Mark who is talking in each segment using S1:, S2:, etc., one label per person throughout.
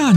S1: 大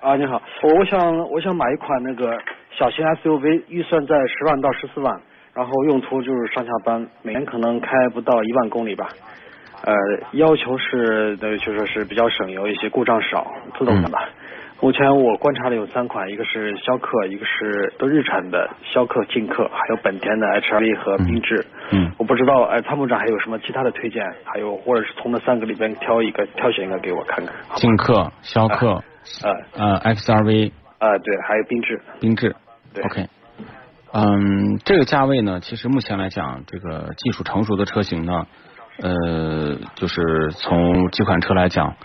S2: 啊，你好，我我想我想买一款那个小型 SUV，预算在十万到十四万，然后用途就是上下班，每年可能开不到一万公里吧。呃，要求是等于就说是比较省油一些，故障少，自动挡吧。
S3: 嗯
S2: 目前我观察了有三款，一个是逍客，一个是都日产的逍客、劲客，还有本田的 HR-V 和缤智。
S3: 嗯
S2: 我不知道，哎，参谋长还有什么其他的推荐？还有，或者是从这三个里边挑一个，挑选一个给我看看。好吧
S3: 劲客、逍客、
S2: 呃
S3: 呃 XRV、
S2: 呃，对，还有缤智。
S3: 缤智
S2: 对
S3: ，OK。嗯，这个价位呢，其实目前来讲，这个技术成熟的车型呢，呃，就是从几款车来讲，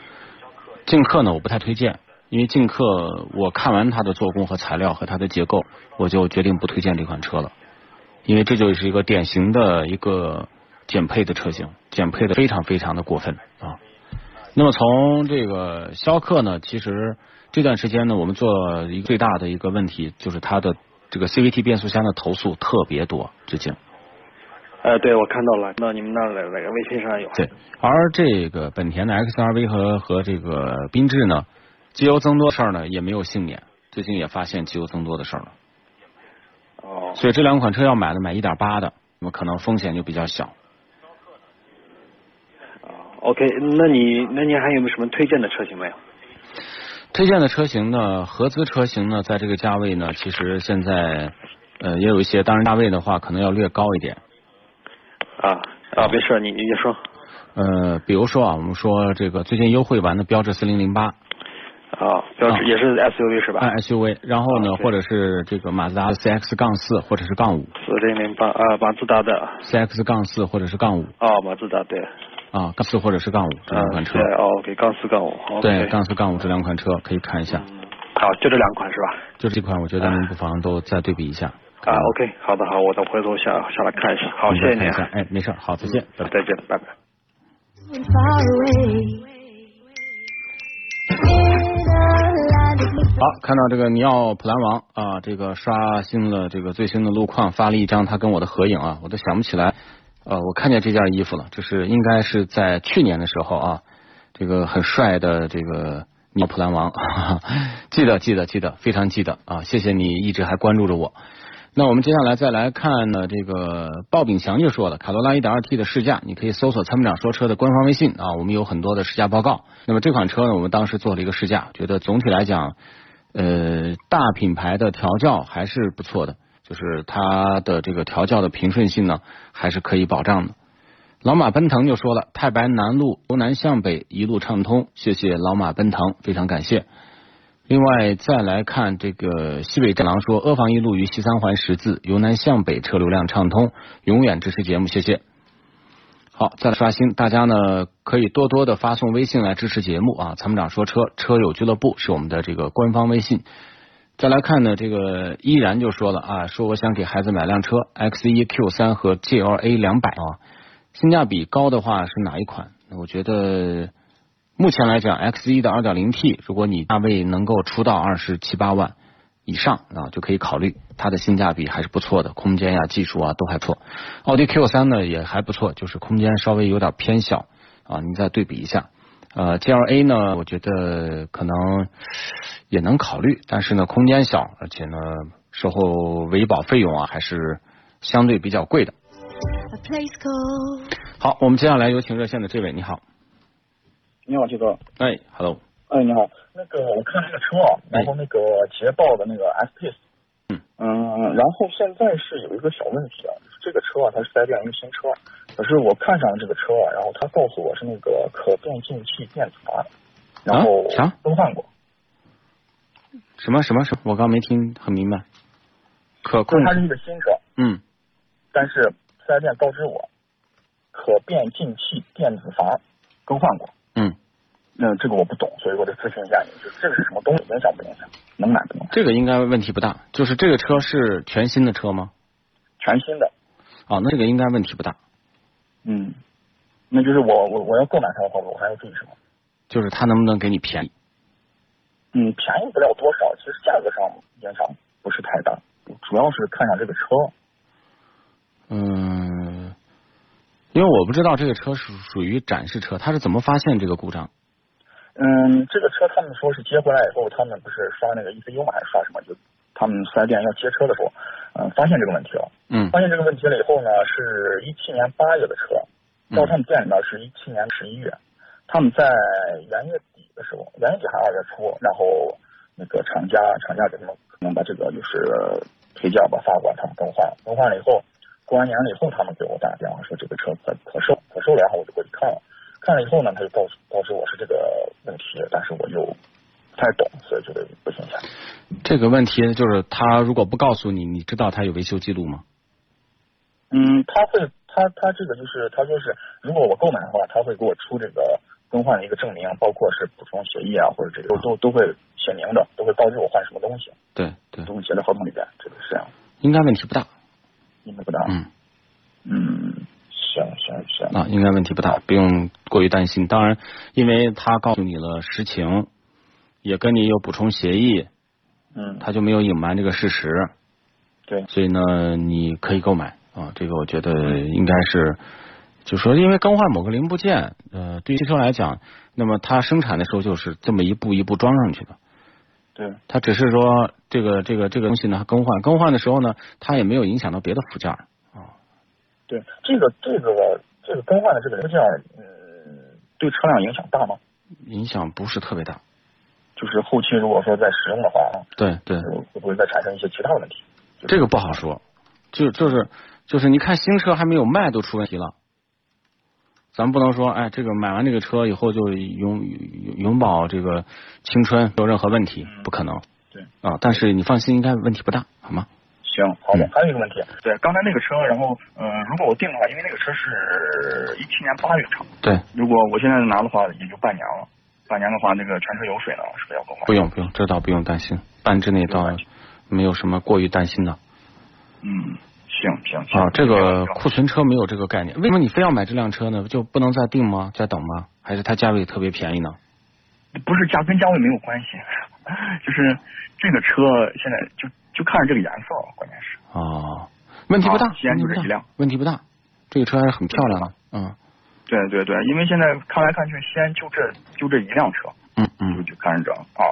S3: 劲客呢我不太推荐，因为劲客我看完它的做工和材料和它的结构，我就决定不推荐这款车了，因为这就是一个典型的一个减配的车型，减配的非常非常的过分啊。那么从这个逍客呢，其实这段时间呢，我们做一个最大的一个问题就是它的这个 CVT 变速箱的投诉特别多，最近。
S2: 呃，对，我看到了，那你们那儿的那个微信上有。
S3: 对，而这个本田的 XRV 和和这个缤智呢，机油增多事儿呢也没有幸免，最近也发现机油增多的事儿了。
S2: 哦，
S3: 所以这两款车要买的买一点八的，那么可能风险就比较小。
S2: OK，那你那您还有没有什么推荐的车型没有？
S3: 推荐的车型呢，合资车型呢，在这个价位呢，其实现在呃也有一些，当然价位的话可能要略高一点。
S2: 啊啊，没事，你你就说。
S3: 呃，比如说啊，我们说这个最近优惠完的标致四零零八，
S2: 啊，标
S3: 啊
S2: 志也是 SUV 是吧？
S3: 哎 SUV，然后呢，
S2: 啊对
S3: 或者是这个马自达 CX 杠四或者是杠五
S2: 四零零八啊，马自达的
S3: ，CX 杠四或者是杠五
S2: 啊，马自达对，
S3: 啊，杠四或者是杠五这两
S2: 嗯，
S3: 款车
S2: 对，哦，OK，杠四杠五
S3: 对，
S2: ，OK，
S3: 杠四杠五这两款车可以看一下，
S2: 好，就这两款是吧？
S3: 就这款我觉得您不妨都再对比一下，
S2: 啊，OK，好的好，我等回头下下来看一下，好，
S3: 你
S2: 谢
S3: 再
S2: 谢啊您
S3: 嗯看一，下，哎，没事儿，好，再见，拜拜。
S2: 再见，拜拜。
S4: and far away. In a land of
S3: 好，看到这个尼奥普兰王啊，这个刷新了这个最新的路况，发了一张他跟我的合影啊，我都想不起来，呃，我看见这件衣服了，这是应该是在去年的时候啊，这个很帅的这个尼奥普兰王， 哈哈记得记得 记得，非常记得啊，谢谢你一直还关注着我。那我们接下来再来看呢，这个鲍炳强就说了，卡罗拉 1.2T 的试驾，你可以搜索“参谋长说车”的官方微信啊，我们有很多的试驾报告。那么这款车呢，我们当时做了一个试驾，觉得总体来讲，呃，大品牌的调教还是不错的，就是它的这个调教的平顺性呢，还是可以保障的。老马奔腾就说了，太白南路由南向北一路畅通，谢谢老马奔腾，非常感谢。另外再来看这个西北战狼说，阿房一路与西三环十字由南向北车流量畅通，永远支持节目，谢谢。好，再来刷新，大家呢可以多多的发送微信来支持节目啊。参谋长说车，车友俱乐部是我们的这个官方微信。再来看呢，这个依然就说了啊，说我想给孩子买辆车，X 1 Q 3和 GLA 两百啊，性价比高的话是哪一款？那我觉得目前来讲，X 1的 2.0T，如果你价位能够出到二十七八万以上啊，就可以考虑它的性价比还是不错的，空间呀、技术啊都还不错。奥迪 Q 3呢也还不错，就是空间稍微有点偏小啊，您再对比一下。呃，GLA 呢，我觉得可能也能考虑，但是呢，空间小，而且呢，售后维保费用啊还是相对比较贵的。
S4: a place called.
S3: 好，我们接下来有请热线的这位，你好，
S5: 你好，季哥。
S3: 哎，hello，
S5: 哎，你好。那个，我看这个车啊，然后那个捷豹的那个 S Pace。
S3: 嗯
S5: 嗯，然后现在是有一个小问题啊，就是这个车啊，它是在练一个新车，可是我看上了这个车啊，然后他告诉我是那个可变进气电闸，然后
S3: 啥
S5: 啊更换过，
S3: 什么什么什么，我刚没听很明白，可
S5: 就
S3: 控
S5: 是
S3: 制
S5: 它，是一个新车，
S3: 嗯，
S5: 但是四 S 店告知我可变进气电子阀更换过，
S3: 嗯，
S5: 那这个我不懂，所以我得咨询一下你，就是这个是什么东西，影响不影响，能买不能买？
S3: 这个应该问题不大，就是这个车是全新的车吗？
S5: 全新的，
S3: 啊，那这个应该问题不大，
S5: 嗯，那就是我我我要购买它的话，我还要注意什么？
S3: 就是它能不能给你便宜？
S5: 嗯，便宜不了多少，其实价格上影响不是太大，主要是看上这个车。
S3: 呃嗯，因为我不知道这个车是属于展示车，它是怎么发现这个故障？
S5: 嗯，这个车他们说是接回来以后，他们不是刷那个 E ECU 嘛，还是刷什么？就他们四 S 店要接车的时候，嗯，发现这个问题了。
S3: 嗯
S5: 发现这个问题了以后呢，是一七年八月的车，到他们店里呢是一七年十一月，他们在元月底的时候，元月底还是二月初，然后那个厂家厂家给他们可能把这个就是推荐吧发过来，他们更换了，更换了以后过完年了以后，他们给我打电话说这个车可可售可售了，然后我就过去看了，看了以后呢，他就告诉告知我是这个问题，但是我又不太懂，所以觉得不新鲜。
S3: 这个问题就是他如果不告诉你，你知道他有维修记录吗？
S5: 嗯，他会，他他这个就是，他说是，如果我购买的话，他会给我出这个更换的一个证明，包括是补充协议啊，或者这个都都会写明的，都会告知我换什么东西，
S3: 对对，
S5: 都会写在合同里边，这个是这样，
S3: 应该问题不大。
S5: 应该不大。
S3: 嗯
S5: 嗯，行行行，
S3: 啊，应该问题不大，不用过于担心。当然，因为他告诉你了实情，也跟你有补充协议，
S5: 嗯，
S3: 他就没有隐瞒这个事实。
S5: 对
S3: 所以呢，你可以购买啊，这个我觉得应该是，就说因为更换某个零部件，呃，对于汽车来讲，那么它生产的时候就是这么一步一步装上去的。
S5: 对，
S3: 它只是说这个这个这个东西呢，它更换更换的时候呢，它也没有影响到别的附件儿。
S5: 对，这个这个这个更换的这个零件，嗯，对车辆影响大吗？
S3: 影响不是特别大，
S5: 就是后期如果说在使用的话，啊
S3: 对对，
S5: 会不会再产生一些其他的问题？
S3: 这个不好说，就就是就是，你看新车还没有卖都出问题了，咱不能说，哎，这个买完这个车以后就永永永葆这个青春，没有任何问题，不可能。
S5: 对
S3: 啊，但是你放心，应该问题不大，好吗？
S5: 行，好的
S3: 嗯。
S5: 还有一个问题，对，刚才那个车，然后，呃，如果我定的话，因为那个车是一七年八月厂，
S3: 对，
S5: 如果我现在拿的话，也就半年了。半年的话，那个全车油水呢，是不是要更换？
S3: 不用不用，这倒不用担心，半之内倒没有什么过于担心的
S5: 嗯，行行行。
S3: 啊。这个
S5: 行
S3: 库存车没有这个概念，为什么你非要买这辆车呢？就不能再定吗？再等吗？还是它价位特别便宜呢？
S5: 不是价跟价位没有关系， 就是这个车现在就就看着这个颜色了，关键是。
S3: 哦，问题不大，
S5: 好既然就这几辆
S3: 问题不大，问题不大，这个车还是很漂亮的，嗯
S5: 对对对，因为现在看来看去，西安就这就这一辆车，
S3: 嗯
S5: 就
S3: 嗯，
S5: 就看着这啊，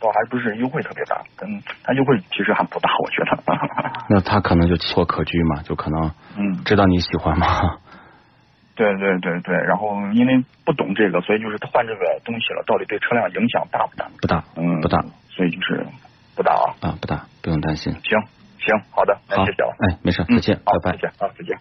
S5: 倒还不是优惠特别大，跟它优惠其实还不大，我觉得。
S3: 那他可能就奇货可居嘛，就可能
S5: 嗯。
S3: 知道你喜欢嘛，
S5: 对对对对，然后因为不懂这个，所以就是换这个东西了，到底对车辆影响大不大？
S3: 不大，
S5: 嗯，
S3: 不大，
S5: 所以就是不大啊。
S3: 啊，不大，不用担心。
S5: 行行，好的，那
S3: 好，
S5: 谢谢啊。
S3: 哎，没事，
S5: 嗯
S3: 再见，
S5: 好
S3: 拜拜
S5: 再。见啊，再见。